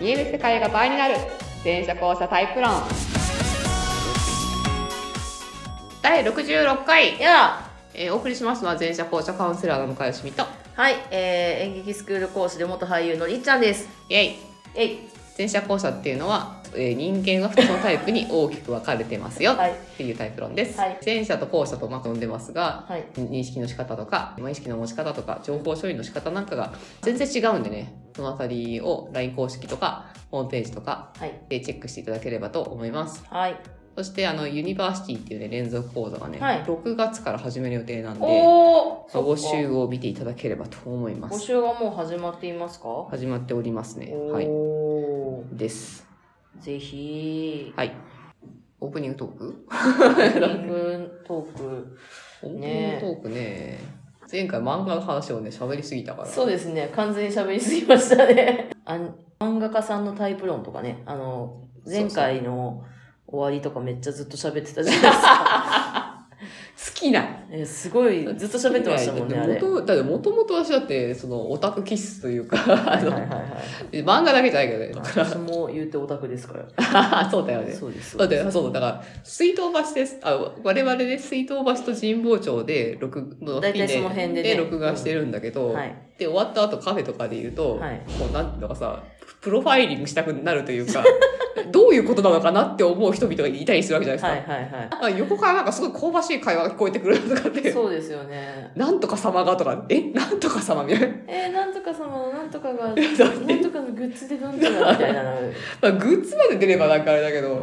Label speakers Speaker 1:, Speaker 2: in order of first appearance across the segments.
Speaker 1: 見える世界が倍になる全車交差タイプ論第66回
Speaker 2: や
Speaker 1: えーお送りしますのは全社交差カウンセラーの向井しみと
Speaker 2: はい、えー、演劇スクール講師で元俳優のりっちゃんです。
Speaker 1: イエイ
Speaker 2: えい。
Speaker 1: 全社交差っていうのは、えー人間が2つのタイプに大きく分かれてますよ
Speaker 2: はい
Speaker 1: っていうタイプ論です、
Speaker 2: はい
Speaker 1: 前者と後者とまとんでますが、
Speaker 2: はい
Speaker 1: 認識の仕方とかまあ意識の持ち方とか情報処理の仕方なんかが全然違うんでねそのあたりを LINE 公式とかホームページとか
Speaker 2: はい。
Speaker 1: でチェックしていただければと思います
Speaker 2: はい。
Speaker 1: そしてあのユニバーシティっていうね連続講座がね、
Speaker 2: はい
Speaker 1: 6月から始める予定なんで
Speaker 2: おお。
Speaker 1: まあ募
Speaker 2: そっ
Speaker 1: 集
Speaker 2: か。
Speaker 1: を見ていただければと思いま
Speaker 2: 募
Speaker 1: す
Speaker 2: 集はもう始まっていますか。は
Speaker 1: 始まっておりますねはい
Speaker 2: おお。
Speaker 1: です
Speaker 2: ぜひ。
Speaker 1: はいオープニングトーク
Speaker 2: オープニングトーク。
Speaker 1: オープニン
Speaker 2: ね
Speaker 1: グトークね前回漫画の話をね喋りすぎたから
Speaker 2: そうですね。完全に喋りすぎましたね。 あん漫画家さんのタイプ論とかね。あの、前回の終わりとかめっちゃずっと喋ってたじゃないですか。
Speaker 1: 好きな
Speaker 2: えすごい、ずっと喋ってましたもんね、あれ。
Speaker 1: 元だってもともと私だってそのオタク気質というかあ
Speaker 2: はい
Speaker 1: の
Speaker 2: はいはいはい。
Speaker 1: 漫画だけじゃないけどねだか
Speaker 2: 私も言うてオタクですから。
Speaker 1: らそうだよね
Speaker 2: そうです。
Speaker 1: だってそうだから水道橋ですあ我々ね水道橋と神保町で録の
Speaker 2: 大体その辺でね
Speaker 1: 録画してるんだけど、
Speaker 2: はい。
Speaker 1: で終わった後カフェとかで言うと、
Speaker 2: はい
Speaker 1: こうなんていうのかさプロファイリングしたくなるというか どういうことなのかなって思う人々がいたりするわけじゃないですか。
Speaker 2: はいはいは
Speaker 1: あ横からなんかすごい香ばしい会話が聞こえてくるとかっ
Speaker 2: い。
Speaker 1: て、
Speaker 2: そうですよね。
Speaker 1: なんとか様がとか、え、なんとか様みたいな。
Speaker 2: えー、なんとか様のなんと かが、なん
Speaker 1: だって
Speaker 2: とかのグッズでなんとかみたい なの。
Speaker 1: まあ、グッズまで出ればなんかあれだけ
Speaker 2: う
Speaker 1: ど、
Speaker 2: ん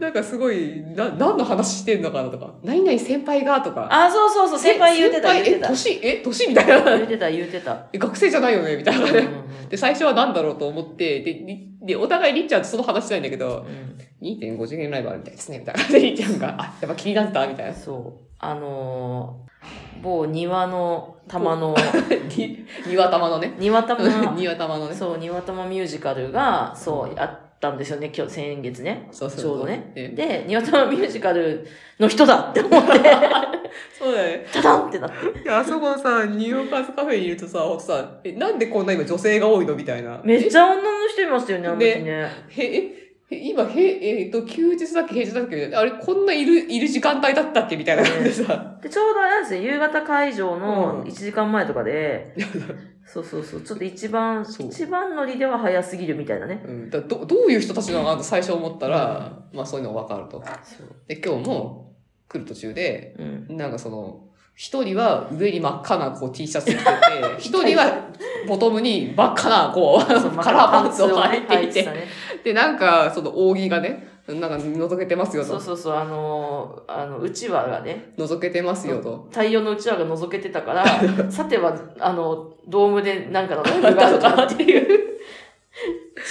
Speaker 1: なんかすごい、な、何の話してんのかなとか、何々先輩がとか、
Speaker 2: あ、そうそうそう、先輩言うてた、言う
Speaker 1: 先
Speaker 2: て
Speaker 1: 輩
Speaker 2: た
Speaker 1: え、。年、え、年みたいな。
Speaker 2: 言うてた、言う てた。
Speaker 1: え学生じゃないよねみたいな
Speaker 2: うんうん
Speaker 1: ね。で、最初は何だろうと思って、で、りで、お互いりっちゃんとその話しないんだけど、2.5次元ライブあるみたいですね、みたいな。で、りっちゃんが、あ、やっぱ気になった、みたい
Speaker 2: うん
Speaker 1: な。
Speaker 2: そう。あのー、某庭の 玉の、
Speaker 1: に、庭玉のね。
Speaker 2: 庭玉の、
Speaker 1: 庭玉のね。
Speaker 2: そう、庭玉ミュージカルが、そう、あったんですよね、今日、先月ね。
Speaker 1: そうそう
Speaker 2: ちょうどね。
Speaker 1: ね
Speaker 2: で、庭玉ミュージカルの人だって思って、
Speaker 1: そうだよね。
Speaker 2: タダンってなって。
Speaker 1: いや、あそこのさ、ニューヨーカーズカフェにいるとさ、ほんとさ、え、なんでこんな今女性が多いのみたいな。
Speaker 2: めっちゃ女の人いましたよね、あの時ね。
Speaker 1: へ、え、へ今、へ、えっ、と、休日だっけ平日だっけみたいな。あれ、こんないる、いる時間帯だったっけみたいな感じでさ。
Speaker 2: でちょうどあれなんですね、夕方会場
Speaker 1: う
Speaker 2: の
Speaker 1: ん
Speaker 2: 1時間前とか で、そうそうそう、ちょっと一番、
Speaker 1: そう
Speaker 2: 一番乗りでは早すぎるみたいなね。
Speaker 1: うん、だどどういう人たちなのかなと最初思ったら、まあそういうのがわかると。
Speaker 2: そう。
Speaker 1: で、今日も来る途中で、
Speaker 2: うん。
Speaker 1: なんかその、一人は上に真っ赤なこう T シャツ 着てて、一人はボトムに真っ赤なこう、カラーパンツを履いていて、
Speaker 2: ね。
Speaker 1: で、なんかその扇がね、なんか覗けてますよ
Speaker 2: そ
Speaker 1: と
Speaker 2: う。そうそう、あのー、あの、うちわがね、
Speaker 1: 覗けてますよと。
Speaker 2: 太陽のうちわが覗けてた から、さては、あの、ドームで なんかのライブがあるかなっていう。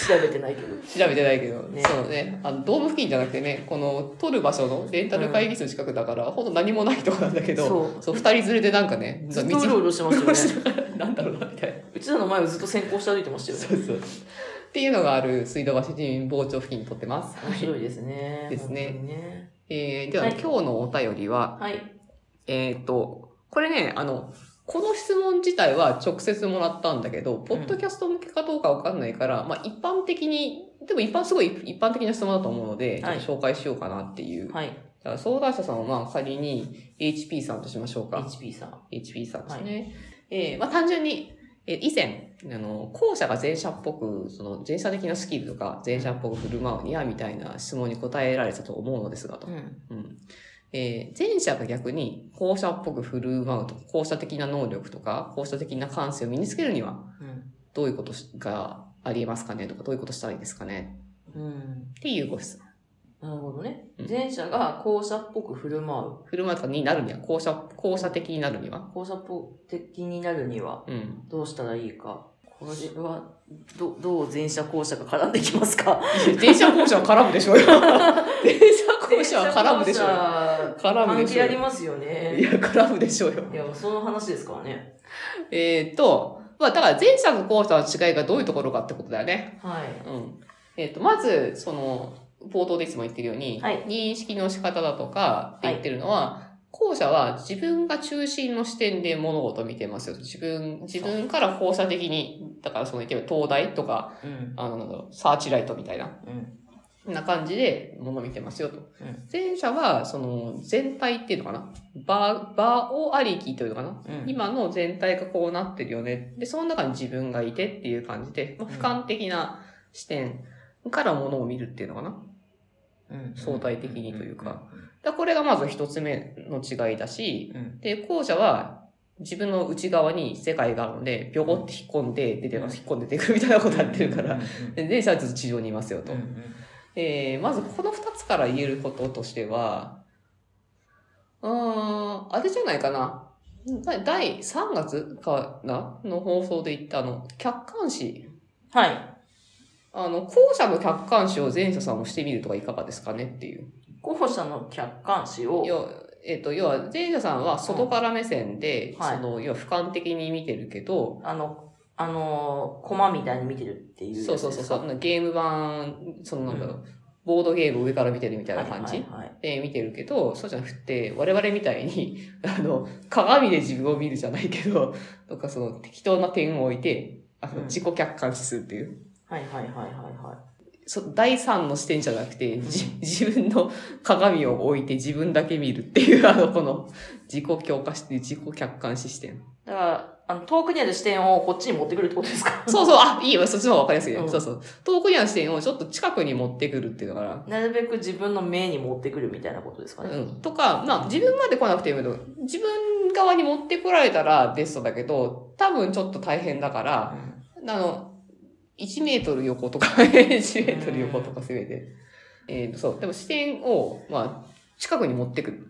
Speaker 2: 調べてないけど。
Speaker 1: 調べてないけど、
Speaker 2: ね
Speaker 1: そうね。あの、ドーム付近じゃなくてね、この、撮る場所のレンタル会議室の近くだから、ほんと何もないとこなんだけど、
Speaker 2: そう
Speaker 1: そう、二人連れでなんかね、
Speaker 2: ずっと
Speaker 1: 道
Speaker 2: うろうろしてましたよね。
Speaker 1: なんだろうな、みたいな。
Speaker 2: うちらの前をずっと先行して歩いてましたよね。
Speaker 1: そうそう。っていうのがある水道橋人傍聴付近に撮ってます。
Speaker 2: 面白いですね。
Speaker 1: ですね
Speaker 2: 本当にね。
Speaker 1: えー、では、
Speaker 2: はい
Speaker 1: 今日のお便りは、
Speaker 2: はい。
Speaker 1: えっ、と、これね、あの、この質問自体は直接もらったんだけど、ポッドキャスト向けかどうかわかんないから、まあ一般的に、でも一般すごい一般的な質問だと思うので、
Speaker 2: はい
Speaker 1: ちょっと紹介しようかなっていう。
Speaker 2: はい。
Speaker 1: だから相談者さんはまあ仮に HP さんとしましょうか。
Speaker 2: HP さん。
Speaker 1: HP さんですね。えーまあ単純に、えー以前、あの、後者が前者っぽく、その前者的なスキルとか、前者っぽく振る舞うには、みたいな質問に答えられたと思うのですが、と。
Speaker 2: うん。
Speaker 1: うんえー前者が逆に後者っぽく振る舞うとか、後者的な能力とか、後者的な感性を身につけるには、
Speaker 2: うん。
Speaker 1: どういうことがありえますかねとか、どういうことしたらいいですかね
Speaker 2: うん。
Speaker 1: っていうご質問。
Speaker 2: なるほどね
Speaker 1: うん。
Speaker 2: 前者が後者っぽく振る舞う。
Speaker 1: 振る舞うとかになるには、後者、後者的になるには。
Speaker 2: 後者っぽ的になるには、
Speaker 1: うん。
Speaker 2: どうしたらいいか。これは、ど、どう前者後者が絡んできますか
Speaker 1: 前者後者は絡むでしょうよ。前者後者は絡むでしょうよ。
Speaker 2: よ。
Speaker 1: 絡む
Speaker 2: 関
Speaker 1: でし
Speaker 2: 係
Speaker 1: ょ
Speaker 2: あ
Speaker 1: う
Speaker 2: り
Speaker 1: よ。
Speaker 2: ますよ
Speaker 1: い
Speaker 2: ね。
Speaker 1: や、絡むでしょうよ。
Speaker 2: いや、その話ですからね。
Speaker 1: えーっと、まあだから前者と後者の違いがどういうところかってことだよね。
Speaker 2: はい。
Speaker 1: うん。えっ、と、まず、その、冒頭でいつも言ってるように、
Speaker 2: はい
Speaker 1: 認識の仕方だとかって言ってるのは、後者は自分が中心の視点で物事を見てますよ。自分、自分から後者的に、だからその言ってみれば東大とか、
Speaker 2: うん。
Speaker 1: あの、なんだろう、サーチライトみたいな、
Speaker 2: うん。
Speaker 1: な感じで物見てますよと。
Speaker 2: うん
Speaker 1: 前者は、その、全体っていうのかな場、場をありきというのかな
Speaker 2: うん。
Speaker 1: 今の全体がこうなってるよね。で、その中に自分がいてっていう感じで、まあ、
Speaker 2: うん
Speaker 1: 俯瞰的な視点から物を見るっていうのかな。だか
Speaker 2: うん
Speaker 1: 相対的にというか。らこれがまず一つ目の違いだし、
Speaker 2: うん。
Speaker 1: で、後者は自分の内側に世界があるので、ぴょこって引っ込んで出てます。引っ込んで出てくるみたいなことやってるから。
Speaker 2: うん。
Speaker 1: で、前者はずっと地上にいますよと
Speaker 2: うん。。
Speaker 1: えーまずこの二つから言えることとしては、うーん、あれじゃないかな。だ第3月かなの放送で言ったあの、客観視。
Speaker 2: はい。
Speaker 1: あの、後者の客観視を前者さんもしてみるとかいかがですかねっていう。
Speaker 2: 候者の客観視を。
Speaker 1: 要えっ、と、要は前者さんは外から目線で、
Speaker 2: はい
Speaker 1: その、要は俯瞰的に見てるけど、
Speaker 2: あの、あのー、コマみたいに見てるっていうやつ
Speaker 1: そう
Speaker 2: です
Speaker 1: そ
Speaker 2: か。
Speaker 1: うそうそう、ゲーム版、そのなんだろう、ボードゲームを上から見てるみたいな感じ、
Speaker 2: はいはいはい
Speaker 1: で見てるけど、そうじゃなくて、我々みたいに、 あの、鏡で自分を見るじゃないけど、 とかその適当な点を置いて、あ
Speaker 2: うん
Speaker 1: の自己客観視するっていう。
Speaker 2: はいはいはいはいはい。
Speaker 1: そ第三の視点じゃなくて、じ 自分の鏡を置いて自分だけ見るっていう、 あの、この自己強化して、自己客観視視点。
Speaker 2: だから、あの、遠くにある視点をこっちに持ってくるってことですか
Speaker 1: そうそう、あ、いいよ、そっちの方がわかりやすいね。
Speaker 2: うん
Speaker 1: そうそう。遠くにある視点をちょっと近くに持ってくるっていうのかな。
Speaker 2: なるべく自分の目に持ってくるみたいなことですかね。
Speaker 1: うん、とか、まあ、自分まで来なくてもいいけど、自分側に持ってこられたらベストだけど、多分ちょっと大変だから、あの、1メートル横とか、1メートル横とかせめて。えーそう。でも視点を、まあ、近くに持ってくる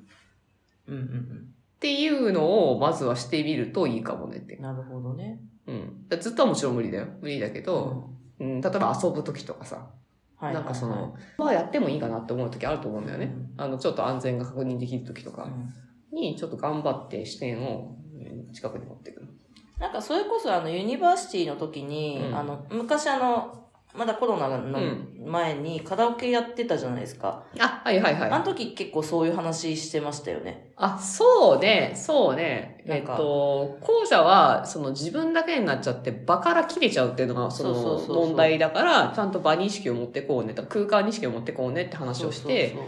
Speaker 2: うんうん
Speaker 1: っていうのを、まずはしてみるといいかもねって
Speaker 2: う。ん。なるほどね。
Speaker 1: うん。だからずっとはもちろん無理だよ。無理だけど、うん、例えば遊ぶ時とかさ、
Speaker 2: うんはい
Speaker 1: なんかそ
Speaker 2: はいは
Speaker 1: の、まあやってもいいかなって思う時あると思うんだよ
Speaker 2: い
Speaker 1: ね。あの、ちょっと安全が確認できる時と
Speaker 2: う
Speaker 1: か。
Speaker 2: ん
Speaker 1: にちょっと頑張って視点をうん近くに持っていく。
Speaker 2: なんかそれこそあのユニバーシティの時に、
Speaker 1: うん
Speaker 2: あの昔あのまだコロナの
Speaker 1: うん
Speaker 2: 前にカラオケやってたじゃないですか、
Speaker 1: あ、はいはいは
Speaker 2: あの
Speaker 1: い。
Speaker 2: 時結構そういう話してましたよね
Speaker 1: あ、そうね、そうね。
Speaker 2: な
Speaker 1: え
Speaker 2: ん
Speaker 1: っ
Speaker 2: か
Speaker 1: と、後者は、その自分だけになっちゃって場から切れちゃうっていうのが、その
Speaker 2: そうそうそうそう
Speaker 1: 問題だから、ちゃんと場に意識を持ってこうね、とか空間に意識を持ってこうねって話をして、
Speaker 2: そうそう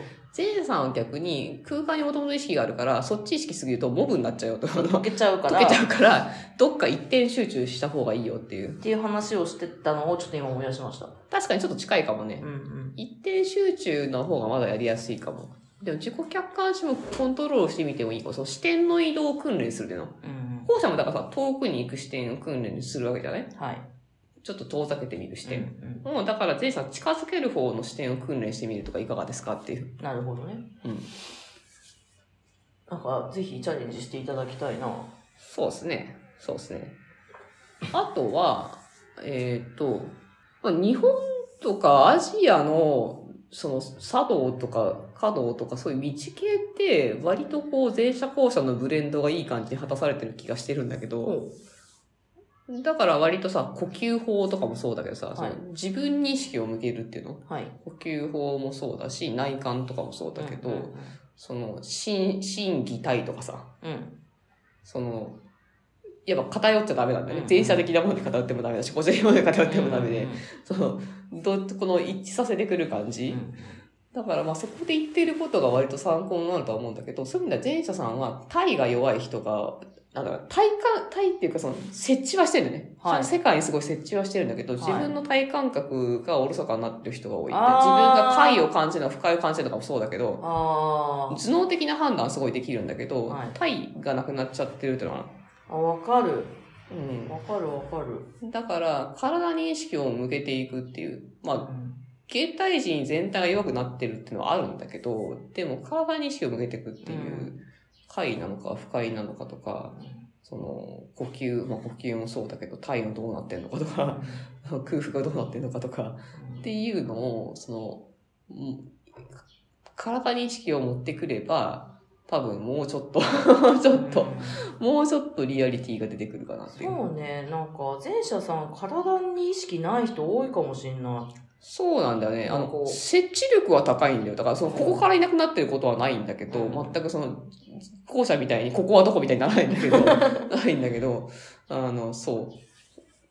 Speaker 1: 前さんは逆に空間にもともと意識があるから、そっち意識すぎるとモブになっちゃうよと。
Speaker 2: そう溶
Speaker 1: 溶
Speaker 2: けちゃうから
Speaker 1: けち
Speaker 2: っ
Speaker 1: ゃうから、どっか一点集中した方がいいよっていう。
Speaker 2: ていう話をしてたのをちょっと今思い出しました
Speaker 1: 確かにちょっと近いかもね
Speaker 2: う。んうん
Speaker 1: 一定集中の方がまだやりやすいかも。でも自己客観視もコントロールしてみてもいいかも。その視点の移動を訓練するっていうの。
Speaker 2: うん
Speaker 1: 後者もだからさ、遠くに行く視点を訓練するわけじゃない
Speaker 2: うんはい
Speaker 1: ちょっと遠ざけてみる視
Speaker 2: うん
Speaker 1: 点。もうだから前者近づける方の視点を訓練してみるとかいかがですかっていう
Speaker 2: う。んなるほどね
Speaker 1: うん。
Speaker 2: なんかぜひチャレンジしていただきたいな
Speaker 1: そうですね。そうですね。あとは、えっ、と、まあ日本とかアジアの、その、茶道とか華道とかそういう道系って、割とこう、前者後者のブレンドがいい感じに果たされてる気がしてるんだけど、だから割とさ、呼吸法とかもそうだけどさ、
Speaker 2: はい
Speaker 1: その自分に意識を向けるっていうの
Speaker 2: はい
Speaker 1: 呼吸法もそうだし、内観とかもそうだけど、
Speaker 2: うん
Speaker 1: その、心、心技体とかさ、
Speaker 2: うん
Speaker 1: その、やっぱ偏っちゃダメなんだよ
Speaker 2: う
Speaker 1: ね
Speaker 2: んう。ん
Speaker 1: 前者的なもので偏ってもダメだし、個人的なもので偏ってもダメ
Speaker 2: う
Speaker 1: で
Speaker 2: ん、
Speaker 1: その、どうこの一致させてくる感
Speaker 2: うん
Speaker 1: じ
Speaker 2: う。ん
Speaker 1: だからまあそこで言ってることが割と参考になるとは思うんだけど、そういう意味では前者さんは体が弱い人が、なんだろう体感、体っていうかその、設置はしてるんだよね。
Speaker 2: はい
Speaker 1: 世界にすごい設置はしてるんだけど、
Speaker 2: はい
Speaker 1: 自分の体感覚がおろそかになってる人が多い。で
Speaker 2: あー
Speaker 1: 自分が快を感じるのか不快を感じるのかもそうだけど、
Speaker 2: あー
Speaker 1: 頭脳的な判断はすごいできるんだけど、
Speaker 2: はい
Speaker 1: 体がなくなっちゃってるっていうのは、
Speaker 2: あわかる
Speaker 1: うん、
Speaker 2: わかるわかる。
Speaker 1: だから、体に意識を向けていくっていう。まあ、現代人全体が弱くなってるっていうのはあるんだけど、でも体に意識を向けていくっていうう、快なのか不快なのかとか、その、呼吸、まあ呼吸もそうだけど、体温どうなってんのかとか、 空腹がどうなってんのかとか、っていうのを、その、うん体に意識を持ってくれば、多分もうちょっと、 もうちょっと、もうちょっとリアリティが出てくるかなっていう。
Speaker 2: そうね、なんか前者さん、体に意識ない人多いかもしんない。
Speaker 1: そうなんだよね。あ
Speaker 2: なんかこ
Speaker 1: の、
Speaker 2: う
Speaker 1: 設置力は高いんだよ。だから、その、ここからいなくなってることはないんだけど、
Speaker 2: うん
Speaker 1: 全くその、校舎みたいに、ここはどこみたいにならないんだ けど、ないんだけど、あの、そう。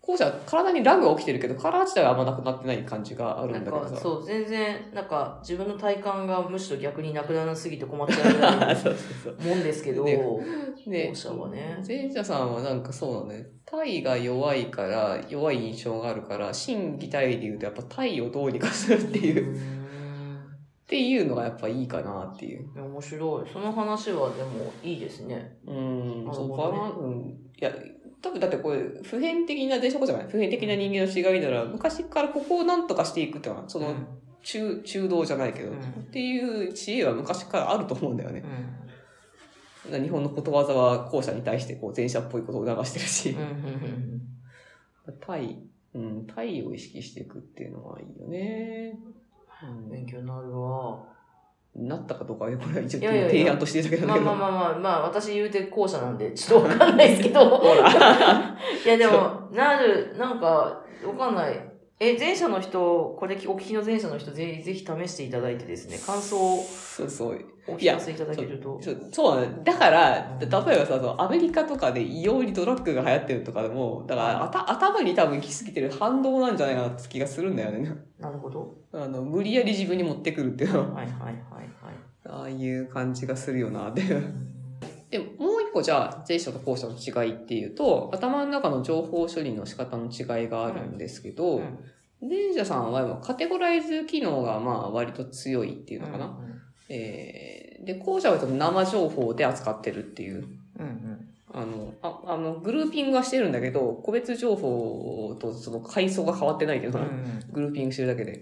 Speaker 1: 校舎、体にラグが起きてるけど、体自体はあんまなくなってない感じがある
Speaker 2: なんん
Speaker 1: だけど
Speaker 2: か
Speaker 1: さ。
Speaker 2: そう全然なんか自分の体感がむしろ逆になくならすぎて困っちゃうぐら い
Speaker 1: そうそう
Speaker 2: のもんですけど、
Speaker 1: ねそう。
Speaker 2: 校
Speaker 1: で、
Speaker 2: 舎はね
Speaker 1: 前者さんはなんかそうなんだね。体が弱いから、弱い印象があるから、心技体で言うとやっぱ体をどうにかするって
Speaker 2: う
Speaker 1: いう、っ
Speaker 2: ん
Speaker 1: ていうのがやっぱいいかなっていう。
Speaker 2: 面白いその話はでもいいですね
Speaker 1: うん、そ
Speaker 2: な
Speaker 1: う、
Speaker 2: るほ
Speaker 1: バ
Speaker 2: どね
Speaker 1: ランス、うん。いや、多分だってこれ、普遍的な、電車こじゃない普遍的な人間の違いなら、昔からここをなんとかしていくってのは、その、中、中道じゃないけど、
Speaker 2: うん
Speaker 1: っていう知恵は昔からあると思うんだよね
Speaker 2: う。ん
Speaker 1: 日本のことわざは後者に対してこう前者っぽいことを促してるし。
Speaker 2: うんうん
Speaker 1: 体、うん、体を意識していくっていうのはいいよね。
Speaker 2: うん勉強になる わ
Speaker 1: うん、なったかどうかはね、これは一応
Speaker 2: いやいやいや
Speaker 1: 提案としてるだけなんだ
Speaker 2: まあ
Speaker 1: けど。
Speaker 2: まあまあまあまあ私言うて後者なんでちょっとわかんないですけど
Speaker 1: ほら。
Speaker 2: いやでも、なる、なんか、わかんない。え、前者の人、これお聞きの前者の人、ぜひ、ぜひ試していただいてですね、感想を
Speaker 1: そうそう。
Speaker 2: お聞かせいただけると。
Speaker 1: そうそうなんだ。だから、例えばさ、そのアメリカとかで異様にドラッグが流行ってるとかでも、だからあた頭に多分来すぎてる反動なんじゃないかなって気がするんだよね。
Speaker 2: なるほど。
Speaker 1: あの、無理やり自分に持ってくるっていうのは、
Speaker 2: はいはいはいはい。
Speaker 1: ああいう感じがするよな、っていう。でもう一個じゃあ前者と後者の違いっていうと頭の中の情報処理の仕方の違いがあるんですけど、
Speaker 2: うん
Speaker 1: 前者さんは今カテゴライズ機能がまあ割と強いっていうのかな、
Speaker 2: う
Speaker 1: えーで後者はちょっと生情報で扱ってるっていうん
Speaker 2: うん。
Speaker 1: あのああのグルーピングはしてるんだけど個別情報とその階層が変わってないっていう
Speaker 2: う
Speaker 1: のかな、
Speaker 2: ん
Speaker 1: グルーピングしてるだけでっ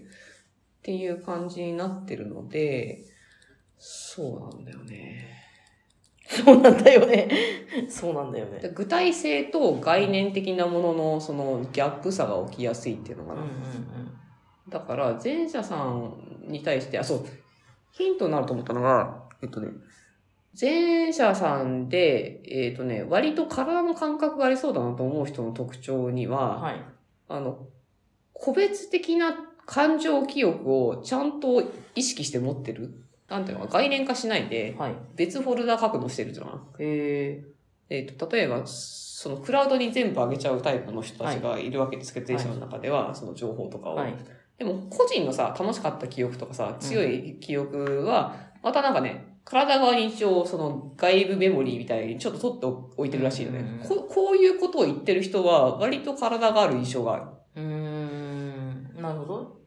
Speaker 1: ていう感じになってるのでそうなんだよね。
Speaker 2: そうなんだよね。そうなんだよね。
Speaker 1: で具体性と概念的なもののそのギャップ差が起きやすいっていうの
Speaker 2: う
Speaker 1: か
Speaker 2: ん
Speaker 1: な、
Speaker 2: うん
Speaker 1: だから前者さんに対してあそうヒントになると思ったのがえっとね前者さんで、えっとね、割と体の感覚がありそうだなと思う人の特徴に
Speaker 2: うん。
Speaker 1: は、
Speaker 2: はい。
Speaker 1: あの、個別的な感情記憶をちゃんと意識して持ってる。なんていうのか、概念化しないで、
Speaker 2: はい。
Speaker 1: 別フォルダ格納してるじゃん。
Speaker 2: へえ。
Speaker 1: えっと例えばそのクラウドに全部上げちゃうタイプの人たちがいるわけですけど、
Speaker 2: はい
Speaker 1: 前者の中ではその情報とかを、
Speaker 2: はい。
Speaker 1: でも個人のさ楽しかった記憶とかさ強い記憶は、またなんかね体側に一応その外部メモリーみたいにちょっと取っておいてるらしいよね、
Speaker 2: うん
Speaker 1: ここういうことを言ってる人は割と体がある印象がある
Speaker 2: うーん。なるほど。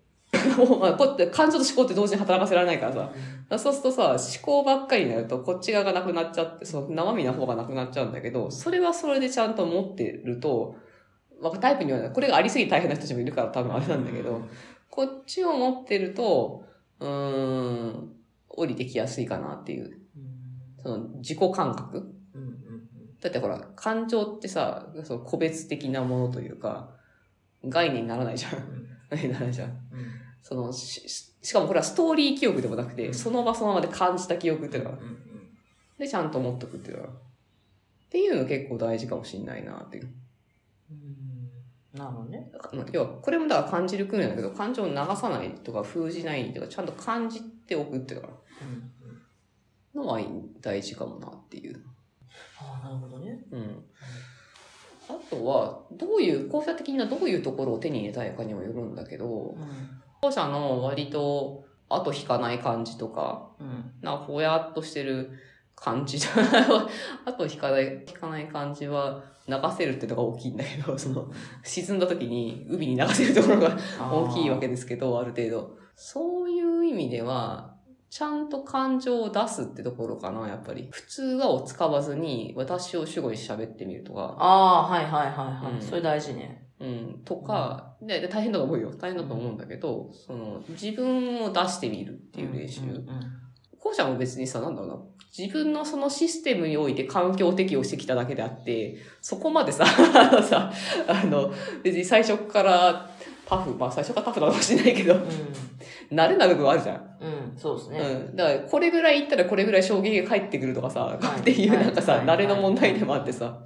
Speaker 1: まあこうやって感情と思考って同時に働かせられないからさそうするとさ、思考ばっかりになると、こっち側がなくなっちゃって、その生身の方がなくなっちゃうんだけど、それはそれでちゃんと持ってると、まあ、タイプには、これがありすぎて大変な人たちもいるから多分あれなんだけど、こっちを持ってると、うーん、降りてきやすいかなっていう、
Speaker 2: うん。
Speaker 1: その自己感覚。
Speaker 2: うんうん
Speaker 1: だってほら、感情ってさ、その個別的なものというか、概念にならないじゃん。 概念にならないじゃん。
Speaker 2: うんうん。
Speaker 1: そのし、ししかもこれはストーリー記憶でもなくて、その場その場で感じた記憶っていうのが
Speaker 2: うんうん
Speaker 1: で、ちゃんと持っとくっていうのは。っていうの結構大事かもしんないなっていう。
Speaker 2: うん。なるほどね。
Speaker 1: だからまあ要は、これもだから感じる訓練だけど、感情を流さないとか封じないとか、ちゃんと感じておくっていうのが
Speaker 2: うん。
Speaker 1: のは大事かもなっていう。
Speaker 2: ああ、なるほどね。
Speaker 1: うん。あとは、どういう、校舎的などういうところを手に入れたいかにもよるんだけど、
Speaker 2: う
Speaker 1: 校舎の割と後引かない感じとか、
Speaker 2: ん。うん。
Speaker 1: なんかほやっとしてる感じじゃ あと引かない、引かない感じは流せるってとこが大きいんだけど、 その、沈んだ時に海に流せるところが大きいわけですけど、ある程度。そういう意味では、ちゃんと感情を出すってところかな、やっぱり。普通はを使わずに、私を主語に喋ってみるとか、
Speaker 2: ああ、はいはいはいはい。
Speaker 1: うん
Speaker 2: それ大事ね。
Speaker 1: うん、とか、で、で大変だと思うよ。大変だと思うんだけど、その、自分を出してみるっていう練習。
Speaker 2: んん
Speaker 1: 後者も別にさ、なんだろうな、自分のそのシステムにおいて環境適応してきただけであって、そこまでさ、 あのさ、あの、別に最初からタフ、まあ最初からタフなのかもしれないけど
Speaker 2: う、ん
Speaker 1: 慣れない部分はあるじゃん。
Speaker 2: うん、そうですね。
Speaker 1: うん。だから、これぐらい行ったらこれぐらい衝撃が返ってくるとかさ、
Speaker 2: はい
Speaker 1: っていう
Speaker 2: はい
Speaker 1: なんかさ、
Speaker 2: はい
Speaker 1: 慣れの問題でもあってさ、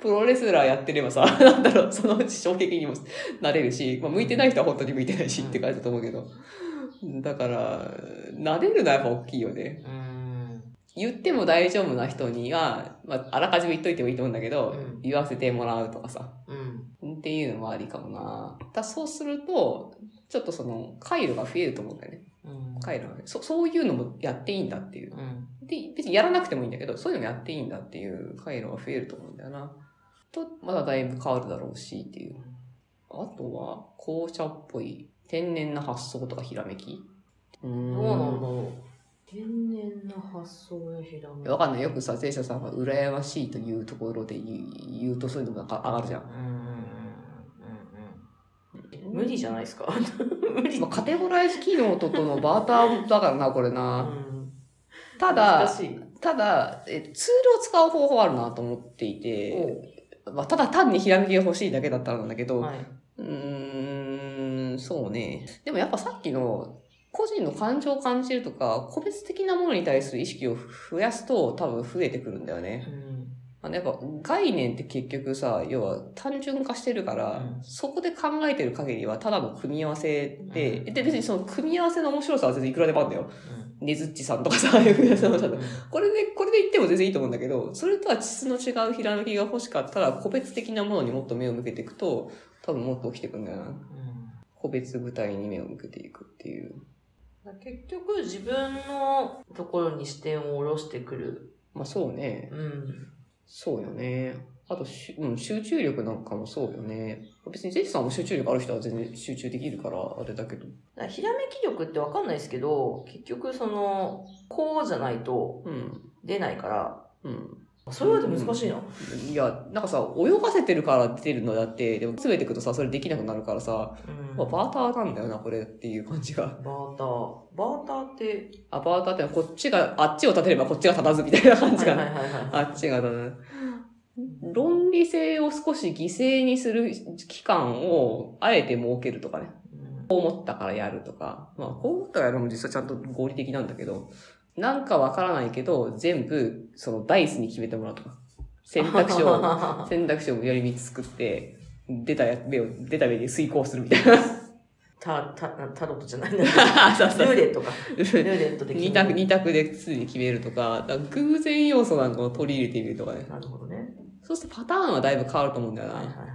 Speaker 1: プロレスラーやってればさ、 なんだろう、そのうち衝撃にもなれるし、まあ、向いてない人は本当に向いてないしって感じだと思うけど。だから、慣れるのはやっぱ大きいよね。
Speaker 2: うん。
Speaker 1: 言っても大丈夫な人には、まあ、あらかじめ言っといてもいいと思うんだけど、
Speaker 2: うん
Speaker 1: 言わせてもらうとかさ、
Speaker 2: うん。
Speaker 1: っていうのもありかもな。だそうすると、ちょっとその、回路が増えると思うんだよね。
Speaker 2: うん。
Speaker 1: 回路が、そそういうのもやっていいんだっていう。
Speaker 2: うん。
Speaker 1: で、別にやらなくてもいいんだけど、そういうのもやっていいんだっていう回路が増えると思うんだよな。と、まだだいぶ変わるだろうしっていう。あとは、紅茶っぽい天然な発想とかひらめきうー
Speaker 2: どうなんだろう。天然な発想やひらめき。
Speaker 1: わかんない。よくさ、前者さんが羨ましいというところで言う言うとそういうのもなんか上がるじゃん。
Speaker 2: うんうんうんうんうん。無理じゃないですか。無理。
Speaker 1: まあ、カテゴライズ機能ととのバーターだからな、これな。
Speaker 2: うん
Speaker 1: た
Speaker 2: 難
Speaker 1: だ、
Speaker 2: しい。
Speaker 1: ただえ、ツールを使う方法はあるなと思っていて、まあ、ただ単にひらめきが欲しいだけだったらなんだけど、
Speaker 2: おはい。
Speaker 1: うーん、そうね。でもやっぱさっきの、個人の感情を感じるとか、個別的なものに対する意識を増やすと多分増えてくるんだよね。
Speaker 2: うん
Speaker 1: あのやっぱ概念って結局さ、要は単純化してるから、
Speaker 2: うん
Speaker 1: そこで考えてる限りはただの組み合わせで、
Speaker 2: うん
Speaker 1: で別にその組み合わせの面白さは全然いくらでもあるんだよ。
Speaker 2: うん
Speaker 1: ねずっちさんとか さ、ああいう組み合わせの面白さ
Speaker 2: うん
Speaker 1: これで、これで言っても全然いいと思うんだけど、それとは質の違うひらめきが欲しかったら、個別的なものにもっと目を向けていくと、多分もっと起きてくんだよな。個別具体に目を向けていくっていう。
Speaker 2: うん結局自分のところに視点を下ろしてくる。
Speaker 1: まあそうね。
Speaker 2: うん。
Speaker 1: そうよね。あとし、うん、集中力なんかもそうよね。別にジェイさんも集中力ある人は全然集中できるから、あれだけど。
Speaker 2: だからひらめき力ってわかんないですけど、結局その、こうじゃないと
Speaker 1: うん。
Speaker 2: 出ないから、
Speaker 1: うん。
Speaker 2: それはでも難しいな。
Speaker 1: いや、なんかさ、泳がせてるから出てるのだって、でも詰めていくとさ、それできなくなるからさ、
Speaker 2: うん
Speaker 1: まあ、バーターなんだよな、これっていう感じが。
Speaker 2: バーター。バーターって、
Speaker 1: あ、バーターってのはこっちが、あっちを立てればこっちが立たずみたいな感じか
Speaker 2: はい
Speaker 1: な。
Speaker 2: はいはいはい
Speaker 1: あっちが立たず。論理性を少し犠牲にする期間を、あえて設けるとかね。
Speaker 2: うん
Speaker 1: こう思ったからやるとか、まあ、こう思ったからやるのも実はちゃんと合理的なんだけど、なんかわからないけど、全部、そのダイスに決めてもらうとか。選択肢を、 選択肢を無理やり3つ作って、出たや目を、出た目で遂行するみたいな。
Speaker 2: た、た、タロットじゃない ん
Speaker 1: そう
Speaker 2: ル
Speaker 1: そう
Speaker 2: ーレットか。ルーレットで
Speaker 1: 二択、二択で常に決めるとか、だから偶然要素なんかを取り入れてみるとかね。
Speaker 2: なるほどね。
Speaker 1: そうするとパターンはだいぶ変わると思うんだよな。
Speaker 2: はいはいはい。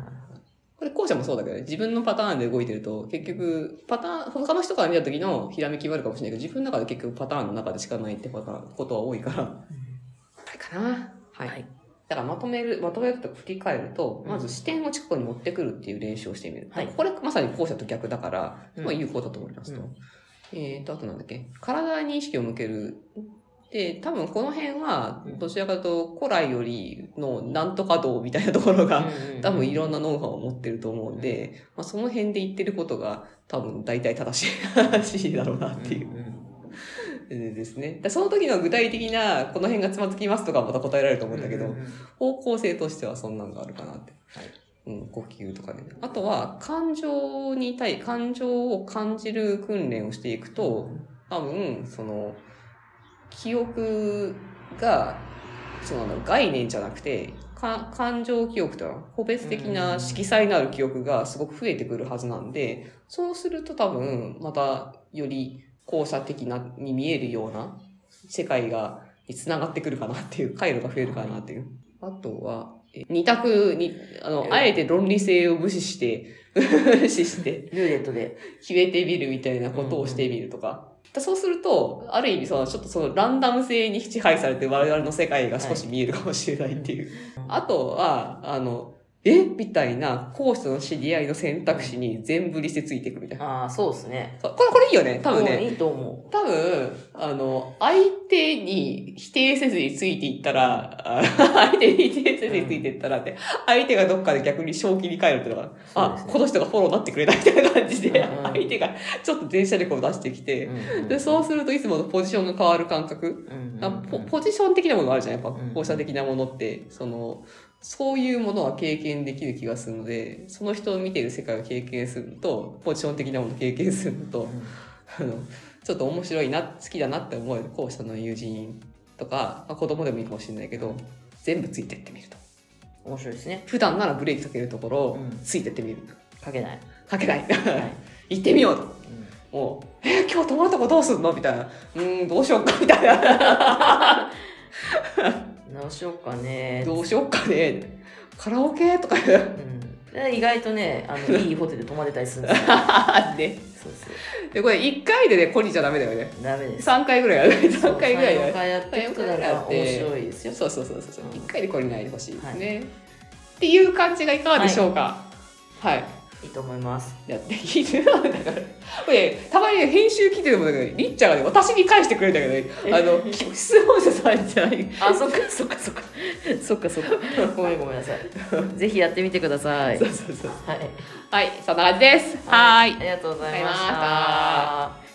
Speaker 1: これ後者もそうだけどね、自分のパターンで動いてると、結局、パターン、他の人から見た時のひらめきはあるかもしれないけど、自分の中で結局パターンの中でしかないってパターン、ことは多いから、あれかな。はい。
Speaker 2: はい
Speaker 1: だからまとめる、まとめると振り返ると、
Speaker 2: うん
Speaker 1: まず視点を近くに持ってくるっていう練習をしてみる。
Speaker 2: はい
Speaker 1: これまさに後者と逆だから、
Speaker 2: うん
Speaker 1: まあ有効だと思いますと。
Speaker 2: うん
Speaker 1: えーと、あとなんだっけ、体に意識を向ける。で、多分この辺は
Speaker 2: うん、
Speaker 1: どちらかというと古来よりのなんとか道みたいなところが、多分いろん
Speaker 2: な。
Speaker 1: なノウハウを持ってると思うんで、まあ、その辺で言ってることが多分大体正しい話だろうなっていう、えーですね。でその時の具体的なこの辺がつまずきますとかはまた答えられると思うんだけど、
Speaker 2: うんうんうん
Speaker 1: 方向性としてはそんなんがあるかなって。
Speaker 2: はい
Speaker 1: うん、呼吸とかね。あとは感情に対、感情を感じる訓練をしていくと、多分その記憶がその概念じゃなくてか感情記憶というの個別的な色彩のある記憶がすごく増えてくるはずなんでそうすると多分またより交差的なに見えるような世界が繋がってくるかなっていう回路が増えるかなっていう。あとはえ二択にあのあえて論理性を無視して 無視して
Speaker 2: ルーレットで。
Speaker 1: 決めてみるみたいなことをしてみるとか。だそうすると、ある意味その、ちょっとそのランダム性に支配されて我々の世界が少し見えるかもしれないっていう。あとは、あの、えみたいな、講師との知り合いの選択肢に全振りしてついていくみたいな。
Speaker 2: ああ、そうですね。
Speaker 1: そうこれ、これいいよね。多分
Speaker 2: うん
Speaker 1: ね。
Speaker 2: いいと思
Speaker 1: 多分、あの、相手に否定せずについていったら、あ相手に否定せずについていったらって、相手がどっかで逆に正気に帰るっていうのが、
Speaker 2: そうで
Speaker 1: あ
Speaker 2: す、ね
Speaker 1: この人がフォローになってくれたみたいな感じで、
Speaker 2: うんうん
Speaker 1: 相手がちょっと電車力を出してき
Speaker 2: う。
Speaker 1: て、
Speaker 2: うん
Speaker 1: で、そうするといつものポジションが変わる感覚、
Speaker 2: うん。
Speaker 1: あポポジション的なものがあるじゃん、やっぱ
Speaker 2: うんうん
Speaker 1: 放射的なものって、その、そういうものは経験できる気がするので、その人を見ている世界を経験するのと、ポジション的なものを経験するのと、あのちょっと面白いな好きだなって思える後者の友人とか、まあ、子供でもいいかもしれないけど全部ついてってみると
Speaker 2: 面白いですね。
Speaker 1: 普段ならブレーキかけるところを
Speaker 2: うん
Speaker 1: ついてってみる
Speaker 2: かけない。
Speaker 1: かけない
Speaker 2: はい。
Speaker 1: 行ってみようと
Speaker 2: うん
Speaker 1: もう「えー今日泊まるとこどうすんの?」みたいな「うーんどうしようか」みたいな
Speaker 2: 直しようか
Speaker 1: 「
Speaker 2: ね。
Speaker 1: どうしよっかね」カラオケとか ね
Speaker 2: うん、意外とねあ の、いいホテル泊まれたりするんですよ。そうそ
Speaker 1: でこれ1回でねこりじゃダメだよね
Speaker 2: う。ダメです。
Speaker 1: 3回ぐらいやる3回ぐらいや
Speaker 2: 3
Speaker 1: る
Speaker 2: 回やっていくのが面白いですよ。
Speaker 1: そうそうそうそう、
Speaker 2: うん
Speaker 1: 一回で懲りないでほしいですね、っていう感じがいかがでしょうかはい、
Speaker 2: いいと思います。
Speaker 1: やっているだからこれねたまにね編集聞いててもだけどリッチャーがね私に返してくれたけどね あの質問者さんじゃない
Speaker 2: あ、そっかそっかそっか。そっかそっか。ごめんごめんなさい。ぜひやってみてください。
Speaker 1: そうそうそう
Speaker 2: はい。
Speaker 1: はいそんな感じですはーい
Speaker 2: ありがと
Speaker 1: ありがとう
Speaker 2: うございま
Speaker 1: ございま
Speaker 2: し
Speaker 1: した
Speaker 2: た。